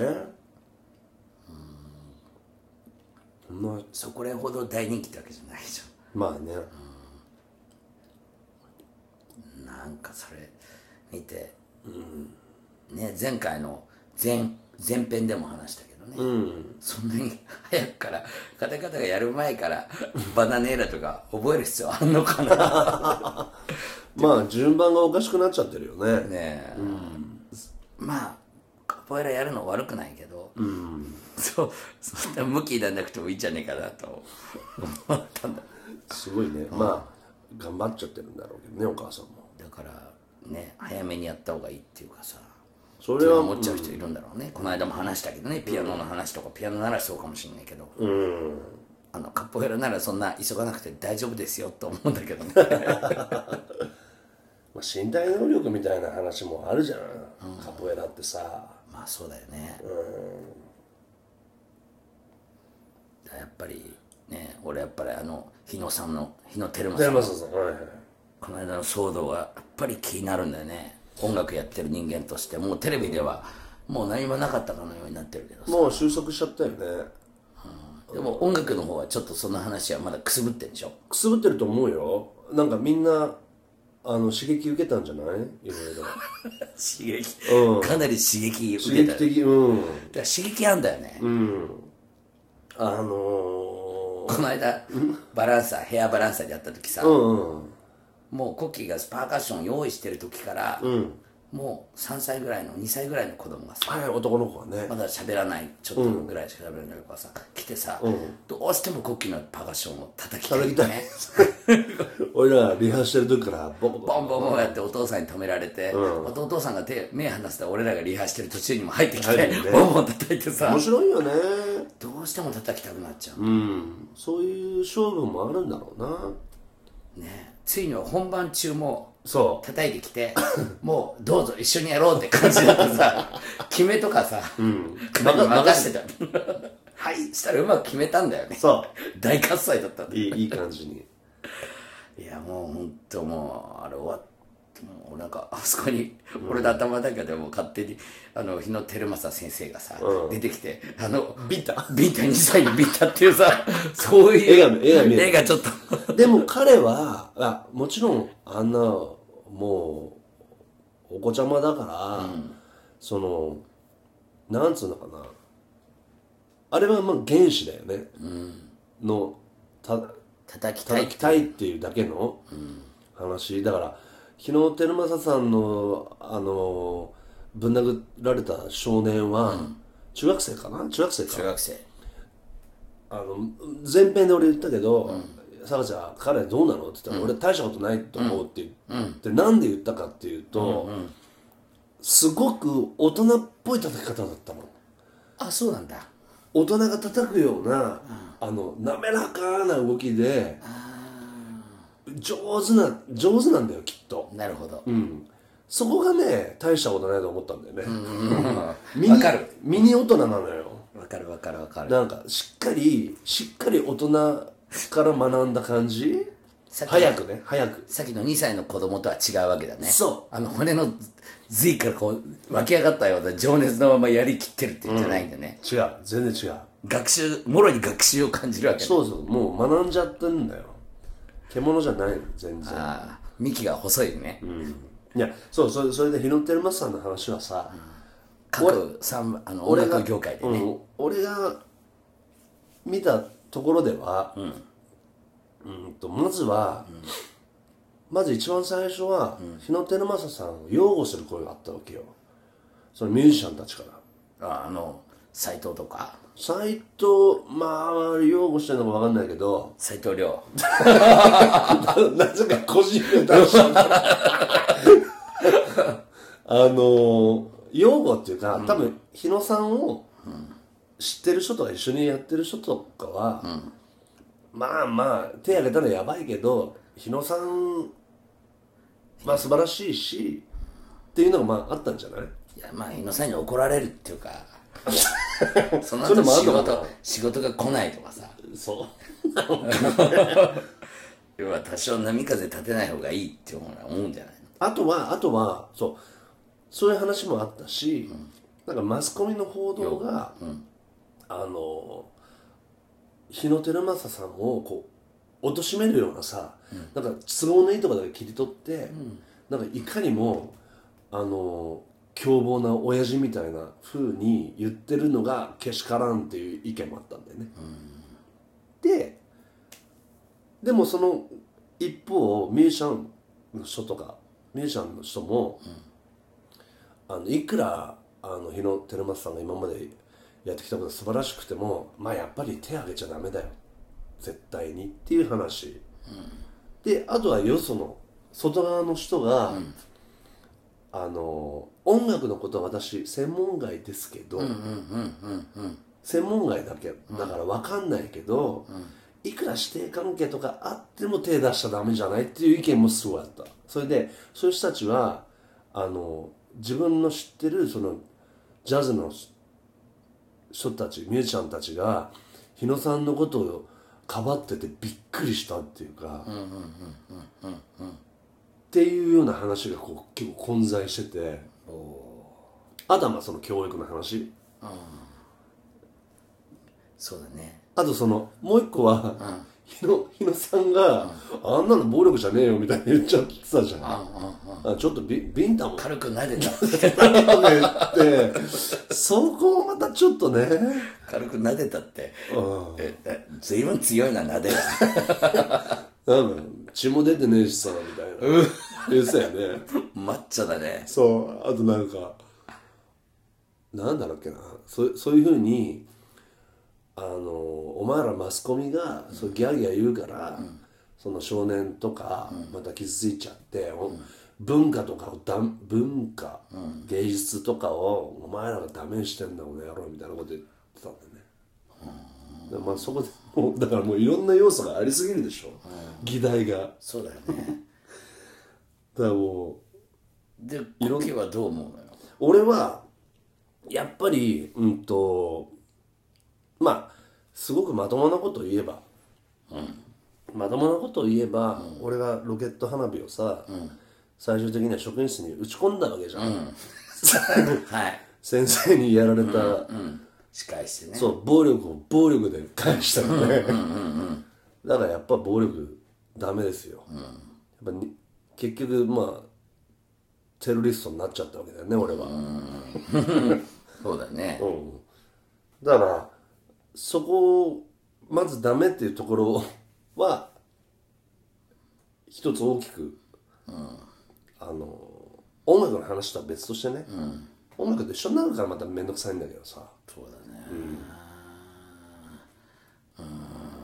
うんまあ
そこらほど大人気ってわけじゃないでし
まあね
ょなんかそれ見て、ね前回の前前編でも話したけどね、
うん
そんなに早くからカタカタがやる前からバナネーラとか覚える必要あんのかな
まあ順番がおかしくなっちゃってるよ
ね
ね
え、まあカポエラやるの悪くないけど、そうそんな向きにならなくてもいいんじゃねえかなと思ったんだ
すごいねまあ頑張っちゃってるんだろうけどねお母さんも
だからね早めにやった方がいいっていうかさそ
それ
れ
は
は思っちゃう人いるんだろうね、この間も話したけどねピアノの話とか、ピアノならそうかもしれないけど、あのカポエラならそんな急がなくて大丈夫ですよと思うんだけどね
まあ、身体能力みたいな話もあるじゃん、カポエラってさ
まあそうだよね、だからやっぱりね俺やっぱりあの日野さんの日野照正さん
山下さんはいはい
この間の騒動はやっぱり気になるんだよね音楽やってる人間としてもうテレビではもう何もなかったかのようになってるけどさ
もう収束しちゃったよね
でも音楽の方はちょっとその話はまだくすぶってんでしょ
くすぶってると思うよなんかみんなあの刺激受けたんじゃない いろいろ
刺激
う
かなり刺激受けた
刺激
だか
的うん
ら刺激あんだよね、
あのー、
この間バランサーヘアバランサーでやった時さ、
うんうん
もうコッキーがパーカッション用意してる時から、もう3歳ぐらいの2歳ぐらいの子供がさ
はい男の子 はね
まだ喋らないちょっとぐらいしか喋らない子がさ、来てさ、どうしてもコッキーのパーカッションを叩きたいよね
俺らリハしてる時からボコボコ
ボンボンボンやってお父さんに止められて、お父さんが手目離したら俺らがリハしてる途中にも入ってきて、
入ってきて
ボンボン叩いてさ
面白いよね
どうしても叩きたくなっちゃう、
うんそういう勝負もあるんだろうな
ねついには本番中も
そ
叩いてきてもうどうぞ一緒にやろうって感じだったさ決めとかさ、彼に任せてた はいしたらうまく決めたんだよね
そ
大喝采だったんだ
ういいいい感じに
いやもう本当もうあれ終わってもうなんかあそこに俺の頭の中でもう勝手にあの日野照正先生がさ、
うん
出てきてあの
ビンタ
ビンタ2歳のビンタっていう さそういう
絵が絵が見える
絵がちょっと
でも彼はあもちろんあんなもうお子ちゃまだから、そのなんつうのかなあれはまあ原始だよね、のた
叩きた
叩
い
きたいっていうだけの話、だから昨日照正さんのあのぶん殴られた少年は、中学生かな中学生か
中学生
あの前編で俺言ったけど「さ、ラ、ちゃん彼どうなの?」って言ったら、俺大したことないと思う」って言って、なんで言ったかっていうと、すごく大人っぽい叩き方だったの
あそうなんだ
大人が叩くような、あの滑らかな動きで上手な上手なんだよきっと、
なるほど、
うん、そこがね大したことないと思ったんだよね、
わ
ミニ
かる
ミニ大人なのよ
わかるわかるわかる
なんかしっかりしっかり大人から学んだ感じ
さっき
早くね早く
さっきの2歳の子供とは違うわけだね
そう
あの骨の髄からこう湧き上がったような情熱のままやりきってるって言ってないんでね、
違う全然違う
学習もろに学習を感じるわけね
そうそうもう学んじゃってんだよ獣じゃないの全然
ああ幹が細いね、
いやそうそれそれでヒロテルマスさんの話はさ、
各三あの音
俺が
楽業界でね、
うん俺が見たところでは、うん、とまずは、まず一番最初は、日野照正さんを擁護する声があったわけよそのミュージシャンたちから
ああの斎藤とか
斎藤まあ擁護してるのか分かんないけど
斎藤亮
なぜか個人で出したんだあのー擁護っていうか、多分日野さんを知ってる人とか一緒にやってる人とかは、まあまあ手挙げたらやばいけど日野さんまあ素晴らしいしっていうのがまああったんじゃない
いやまあ猪野さんに怒られるっていうか その
それ
後
もあん
仕
のかな
事仕事が来ないとかさ
そう
要は多少波風立てない方がいいって思う思うんじゃないの
あとはあとはそうそういう話もあったし、なんかマスコミの報道が、あの日野照正さんをこう貶としめるようなさ、なんか都合のいいとこだけ切り取って、なんかいかにもあの凶暴な親父みたいな風に言ってるのがけしからんっていう意見もあったんだよね。ででもその一方ミュージシャンの人とかミュージシャンの人も、あのいくらあの日野照正さんが今までやってきたことが素晴らしくてもまあやっぱり手挙げちゃダメだよ絶対にっていう話、であとはよその外側の人が、あの音楽のことは私専門外ですけど、専門外だけだから分かんないけど、いくら師弟関係とかあっても手出しちゃダメじゃないっていう意見もすごいあったそれでそういう人たちはあの自分の知ってるそのジャズの人たちミュージシャンたちが日野さんのことをかばっててびっくりしたっていうかっていうような話がこう結構混在しててあとはまあその教育の話
そうだね
あとそのもう一個は、日野日野さんが、あんなの暴力じゃねえよみたいに言っちゃってたじゃん、あちょっとビビンタも
軽く撫でた
とか言ってそこまたちょっとね、
軽く撫でた って
うん、
ええ随分強いな撫でが
なんか血も出てねえしさみたいな言ってたよね
マッチョだね
そうあとなんかなんだろうっけなそそういうふうにあのお前らマスコミが、そうギャーギャー言うから、その少年とか、また傷ついちゃって、お文化とかをだん文化、芸術とかをお前らがダメにしてんだこの野郎みたいなこと言ってたんだよね。でまあ、そこでもうだからもういろんな要素がありすぎるでしょ、議題がだか
そうだよね
らもう
でコキはどう思うのよ
俺はやっぱりうんとまあすごくまともなことを言えば、まともなことを言えば、俺がロケット花火をさ、最終的には職員室に打ち込んだわけじゃん、
はい
先生にやられた、
仕返してね
そう暴力を暴力で返したのねだからやっぱ暴力ダメですよ、やっぱに結局まあテロリストになっちゃったわけだよね俺は、
そうだね
うん、だからそこをまずダメっていうところは一つ大きく、あの音楽の話とは別としてね、音楽と一緒になるからまた面倒くさいんだけどさ
そうだね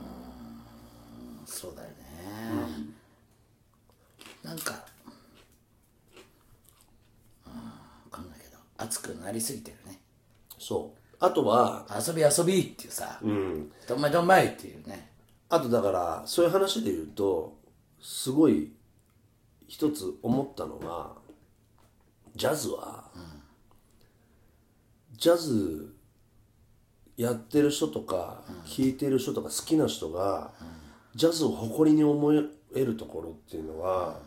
うーんそうだよね、なんかうん分かんないけど熱くなりすぎてるね
そうあとは
遊び遊びっていうさ、どんまいどんまいっていうね
あとだからそういう話で言うとすごい一つ思ったのがジャズは、ジャズやってる人とか聴いてる人とか好きな人が、ジャズを誇りに思えるところっていうのは、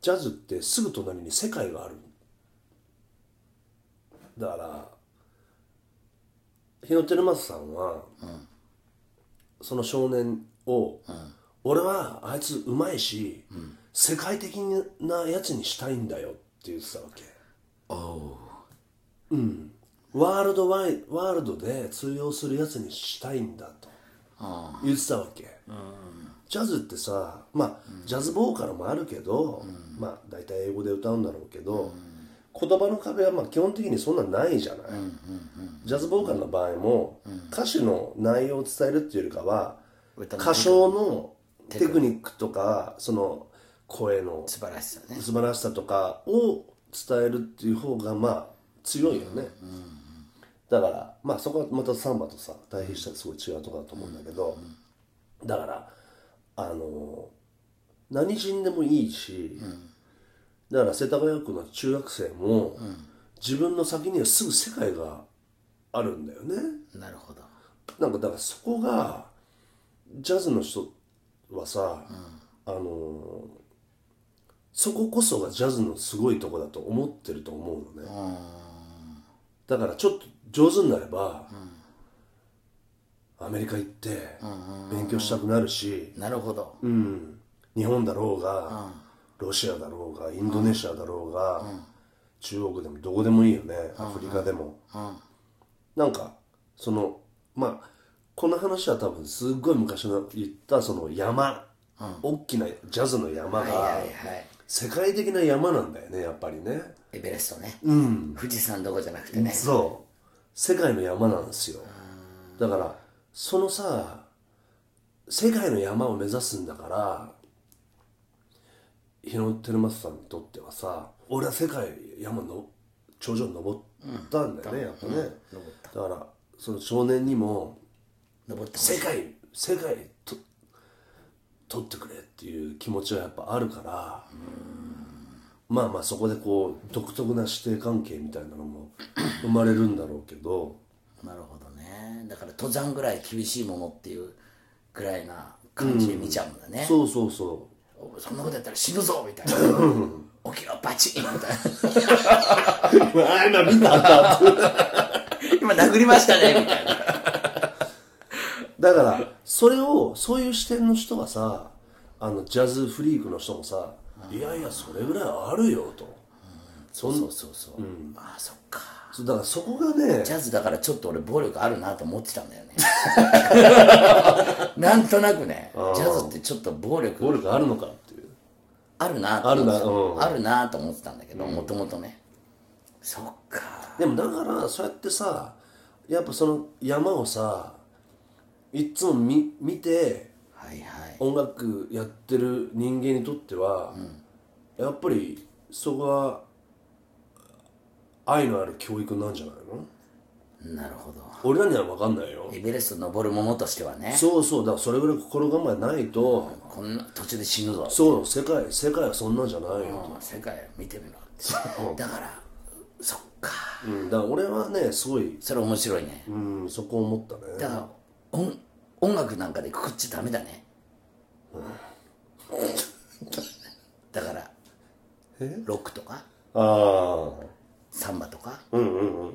ジャズってすぐ隣に世界がある。だから、日野照正さんは、その少年を、俺はあいつうまいし、世界的なやつにしたいんだよって言ってたわけ。ワールドワイワールドで通用するやつにしたいんだと言ってたわけ、ジャズってさまあ、ジャズボーカルもあるけど、まあ大体英語で歌うんだろうけど、言葉の壁はまあ基本的にそんなないじゃない、ジャズボーカルの場合も、歌手の内容を伝えるっていうよりかは
歌の
歌唱のテクニックとかその声の
素晴らしさね
素晴らしさとかを伝えるっていう方がまあ強いよね、だからまあそこはまたサンバとさ対比したらすごい違うところだと思うんだけど、だからあの何人でもいいし、だから世田谷区の中学生も、自分の先にはすぐ世界があるんだよね
なるほど
なんかだからそこがジャズの人はさ、あのそここそがジャズのすごいとこだと思ってると思うのね、だからちょっと上手になれば、アメリカ行って勉強したくなるし、
なるほど、
うん日本だろうが、ロシアだろうがインドネシアだろうが、中国でもどこでもいいよね、アフリカでも、なんかそのまあこの話は多分すっごい昔の言ったその山、大きなジャズの山
はい
が、
はいはい
世界的な山なんだよねやっぱりね
エベレストね、うん、富士山どこじゃなくてね、
そう世界の山なんですよだからそのさ世界の山を目指すんだから日野照正さんにとってはさ俺は世界山の頂上に登ったんだよね、やっぱね、だからその少年にも
登ってほしい
世界世界と取ってくれっていう気持ちはやっぱあるからまあまあそこでこう独特な指定関係みたいなのも生まれるんだろうけど
なるほどねだから登山ぐらい厳しいものっていうぐらいな感じで見ちゃうんだね、
そうそうそ
おそんなことやったら死ぬぞみたいな起きろバチンみたいな
うあ今見た
今殴りましたねみたいな
だからそれをそういう視点の人がさあのジャズフリークの人もさいやいやそれぐらいあるよとそん
そうそうそう、ああそっか
そうだからそこがね
ジャズだからちょっと俺暴力あるなと思ってたんだよね なんとなくねジャズってちょっと暴
暴
力
力あるのかっていう
あるなと思ってた
あるなうん
あるなと思ってたんだけどもともとねそっか
でもだからそうやってさやっぱその山をさいっつも見見て
はいはい
音楽やってる人間にとっては、やっぱりそこは愛のある教育なんじゃないの
なるほど
俺らには分かんないよ
エベレスト登るものとしてはね
そうそうだからそれぐらい心構えないと、
こんな途中で死ぬぞ
そうよ世界世界はそんなんじゃないよ、
もう世界見てみろってだからそっか
うん、だから俺はねすごい、
それ面白いね
うん、そこ思った
だ
ね
から音音楽なんかでくくっちゃダメだね、だからロックとか
ああ
サンバとか
うんうんうん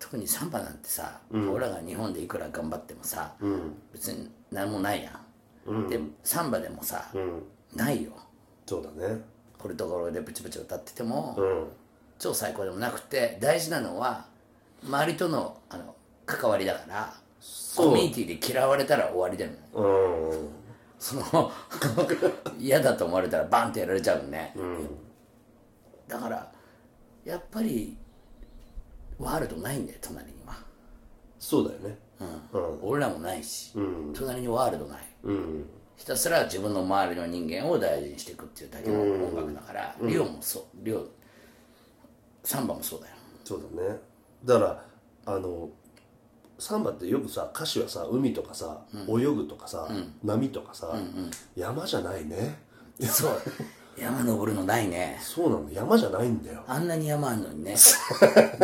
特にサンバなんてさ、俺らが日本でいくら頑張ってもさ、別に何もないやん、でサンバでもさ、ないよ
そうだね
ポルトガルでブチブチ歌ってても、
うん
超最高でもなくて大事なのは周りとのあの関わりだからコミュニティで嫌われたら終わりだよね
うん
その嫌だと思われたらバンってやられちゃうね、だからやっぱりワールドないんだよ隣には、
そうだよね
俺らもないし、隣にワールドない、ひたすら自分の周りの人間を大事にしていくっていうだけの音楽だから、リオもそうリオサンバもそうだよ
そうだねだからあのサンバってよくさ歌詞はさ海とかさ、泳ぐとかさ、波とかさ、山じゃないね
そう山登るのないね
そうなの山じゃないんだよ
あんなに山あんのにね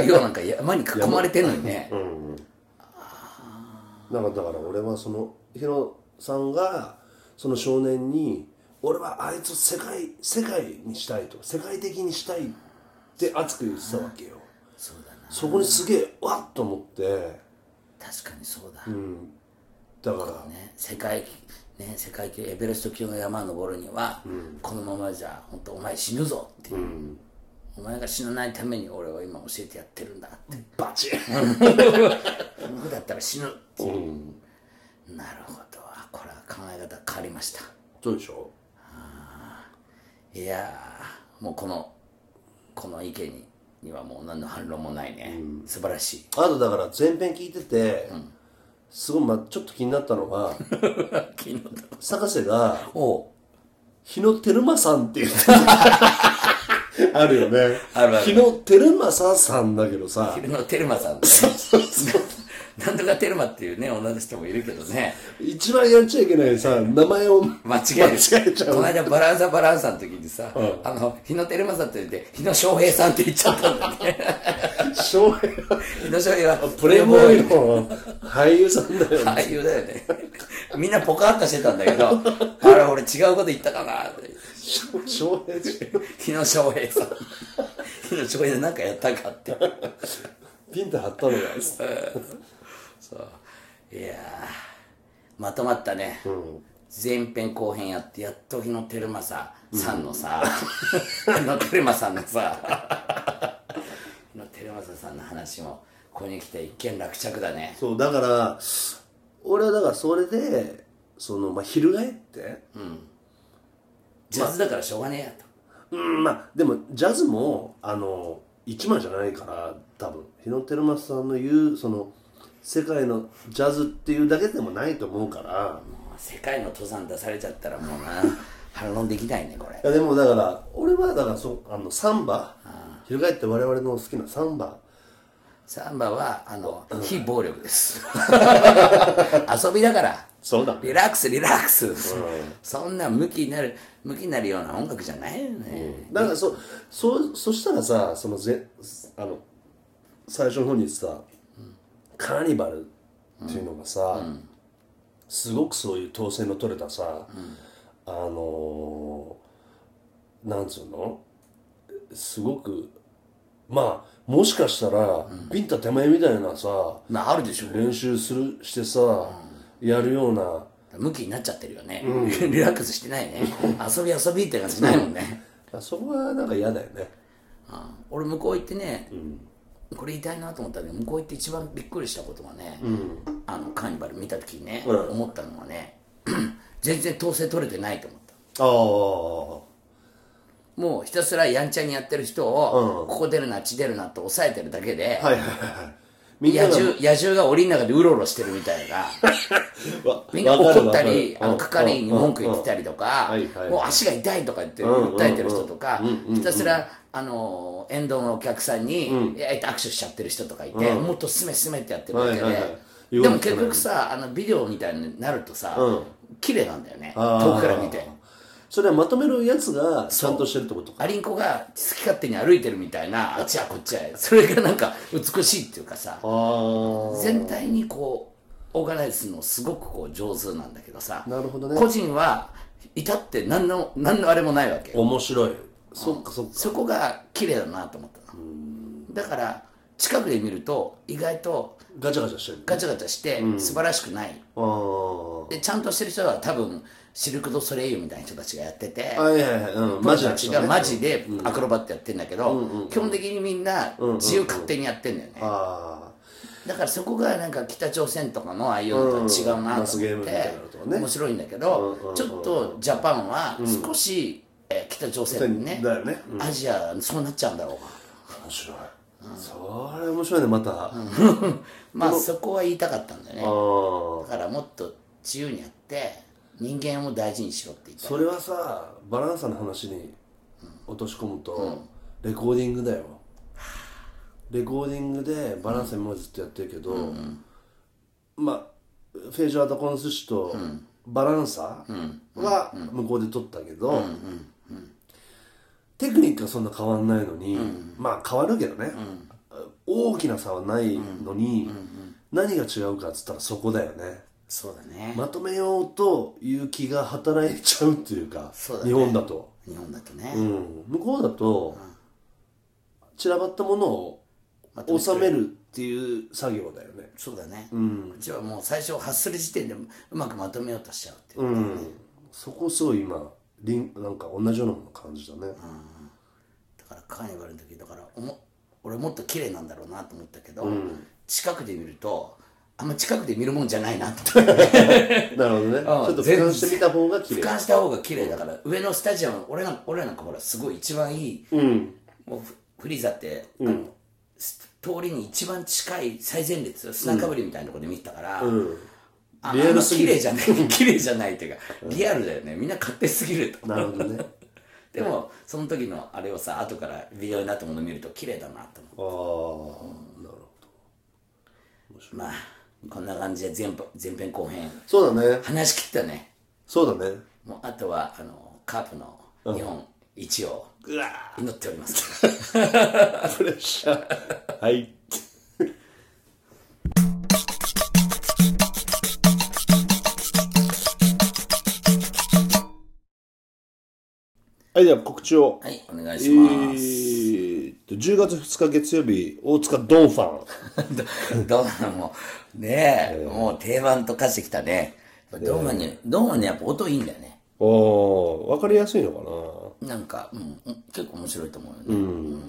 リオなんか山に囲まれてんのにね、
うんなんかだから俺はそのヒロさんがその少年に俺はあいつを世界世界にしたいと世界的にしたいって熱く言ってたわけよ、
そうだな
そこにすげえわっと思って
確かにそうだ、
だから
ね、世界ね世界級エベレスト級の山登るには、このままじゃ本当お前死ぬぞっていう、お前が死なないために俺は今教えてやってるんだって、
バチッ
僕だったら死ぬっていう、なるほどあこれは考え方変わりました
そうでしょ
いやーもうこのこの意見ににはもう何の反論もないね、素晴らしい
あとだから前編聞いてて、すごい、ま、ちょっと気になったのが
昨日だ
坂瀬が
おう
日野テルマさんって言ってた あるよね
あるある
日野テルマサさんだけどさ
昼のテルマさんね なんとかテルマっていうね女の人もいるけどね
一番やっちゃいけないさ名前を
間違える
間違えちゃ
こ
う
の間バランサバランサの時にさ、あの日野テルマさんって言って日野翔平さんって言っちゃったん だね
翔平は
日野翔平は
プレモイの俳優さんだよ
俳優だよねみんなポカッとしてたんだけどあれ俺違うこと言ったかなって
翔平
日野翔平さん日野翔平で何かやったかって
ピンと張ったのが
そういやーまとまったね、前編後編やってやっと日野テルマささんのさ、 日野テルマさんのさ 日野テルマさんの話もここに来て一見落着だね
そうだから俺はだからそれでそのまあ翻って
ジャズだからしょうがねえやと、
うんまあでもジャズもあの一枚じゃないから多分日野テルマさんの言うその世界のジャズっていうだけでもないと思うから
もう世界の登山出されちゃったらもう な反論できないねこれ
いやでもだから俺はだからそうあのサンバ翻って我々の好きなサンバ
サンバはあの非暴力です 遊びだから
そうだ
リラックスリラックス、そんな向きになる向きになるような音楽じゃないよね、
だからそそそしたらさそのぜあの最初の方にさ、カーニバルっていうのがさ、すごくそういう統制の取れたさ、あのーなんつうのすごくまあもしかしたら、ビンタ手前みたいなさ
まああるでしょ
練習するしてさ、やるような
向きになっちゃってるよね、 リラックスしてないね遊び遊びって感じないもんね、
そこはなんか嫌だよね
うん俺向こう行ってね、これ痛いなと思ったけど向こう行って一番びっくりしたことはね、あのカーニバル見た時にね、
うん
思ったのはね 全然統制取れてないと思った
ああ
もうひたすらやんちゃにやってる人を、ここ出るなあっち出るなって抑えてるだけで、
はいはいはいはいみんな
野
が
獣野獣が檻の中でうろうろしてるみたいな
わ
みんな
わかる
怒ったり
わ
あ
かる
の係員に文句言ってた
り
りとか
うんうんうん
もう足が痛いとか言って
んうんうん
訴えてる人とかひたすらあの沿道のお客さんにいや握手しちゃってる人とかいてもっと進め進めってやってるだけ
はいはいはい
ででも結局さあのビデオみたいになるとさ
うん
綺麗なんだよね
あー
遠くから見て
それはまとめるやつがちゃんとしてるってことか
アリンコが好き勝手に歩いてるみたいなあっちやこっちやそれがなんか美しいっていうかさ
あー
全体にこうオーガナイズするのすごくこう上手なんだけどさ
なるほどね
個人はいたって何の何のあれもないわけ
面白いそっかそっか
そこが綺麗だなと思ったのだから近くで見ると意外と
ガチャガチャしてる
ガチャガチャして素晴らしくない、
あー
でちゃんとしてる人は多分シルク・ドゥ・ソレイユみたいな人たちがやってて、
はいはいはいうんマジな
た
人
ち
ね
がマジでアクロバットやってんだけど、基本的にみんな自由勝手にやってんだよね、
あ
だからそこがなんか北朝鮮とかのああいうのとは違うな
うんマ
と
ス
思
ゲー
っ
ムみ
て、
たいなのとかね
面白いんだけど、ちょっとジャパンは少し、えー北朝鮮にね
だよねう
アジアそうなっちゃうんだろう
あ面白いそれ面白いねまたあ
まあそこは言いたかったんだよねだ
ー
からもっと自由にやって人間を大事にしろって言った
それはさバランサの話に落とし込むとレコーディングだよレコーディングでバランサ今までずっとやってるけど、まあフェージョ・アタコンス氏とバランサは向こうで撮ったけど、テクニックはそんな変わんないのに、まあ変わるけどね、大きな差はないのに、何が違うかっつったらそこだよね
そうだね、
まとめようという気が働いちゃうっていうか
そうだね
日本だと、
日本だとね、
うん、向こうだと、散らばったものを
まとめて
収めるっていう作業だよね
そうだね、うちはもう最初発する時点でうまくまとめようとしちゃうっていう、
うんそこすごい今リンなんか同じようなもの感じだね、
だからカーニバルの時だからおも俺もっと綺麗なんだろうなと思ったけど、近くで見るとあんま近くで見るもんじゃないなって
なるほどねちょっと俯瞰してみた方が 綺
俯
麗
瞰した方が綺麗だから上のスタジアム俺なんか俺なんかほらすごい一番いい、
うん
もうフフリーザって、あのす通りに一番近い最前列砂かぶりみたいなところで見てたから、
うん
あ
リアルすぎる
あんま綺麗じゃない 綺麗じゃないっていうかリアルだよねみんな勝手すぎると
なるほどね
でもその時のあれをさ後からビデオになったもの見ると綺麗だなと思
ああなるほど
うまあこんな感じで前部前編後編
そうだね
話し切ったね
そうだね
もうあとはあのカープの日本一を
うわ
祈っております、
ープレッシャーはいはいでは告知を
はいお願い
え
します、
ーっと10月2日月曜日大塚ドンファ ン
ドーマンも、ねえ、もう定番と化してきたね。ドーマンに、ドーマンにやっぱ音いいんだよね。
おーわかりやすいのかな
なんか、うん、うん結構面白いと思うよね。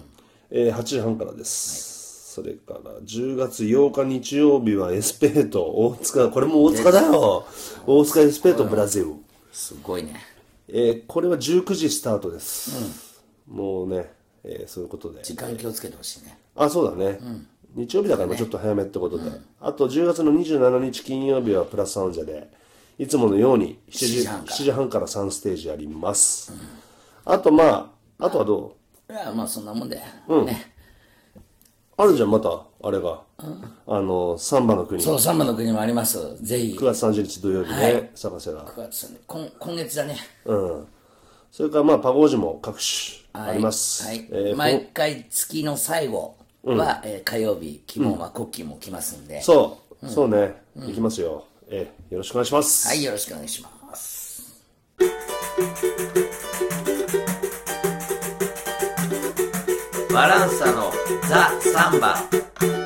えー8時半からです、それから10月8日日曜日はエスペート大塚これも大塚だよ大塚エスペートブラジル、
すごいね。
えーこれは19時スタートです、もうね、えーそういうことで
時間気をつけてほしいね。
あそうだね、日曜日だからまあちょっと早めってことで、あと10月の27日金曜日はプラスサウンジャでいつものように7時
7時半から
7時半から3ステージあります、あとまああとはどう、
いや、まあそんなもんだよ。ね。
あるじゃん、また、あれが。あの、サンバの国。
そ
9
う、サンバの国もあります。ぜひ、9
月30日土曜日ね、探せが。
月なんで今、今月だね。
うん。それから、まあ、パゴージュも各種あります。
はい。
えー
毎回月の最後は、えー火曜日、鬼門は国旗も来ますんで、
そう、そうね、行きますよ。えーよろしくお願いします。
はい、よろしくお願いします。バランサのザ・サンバ。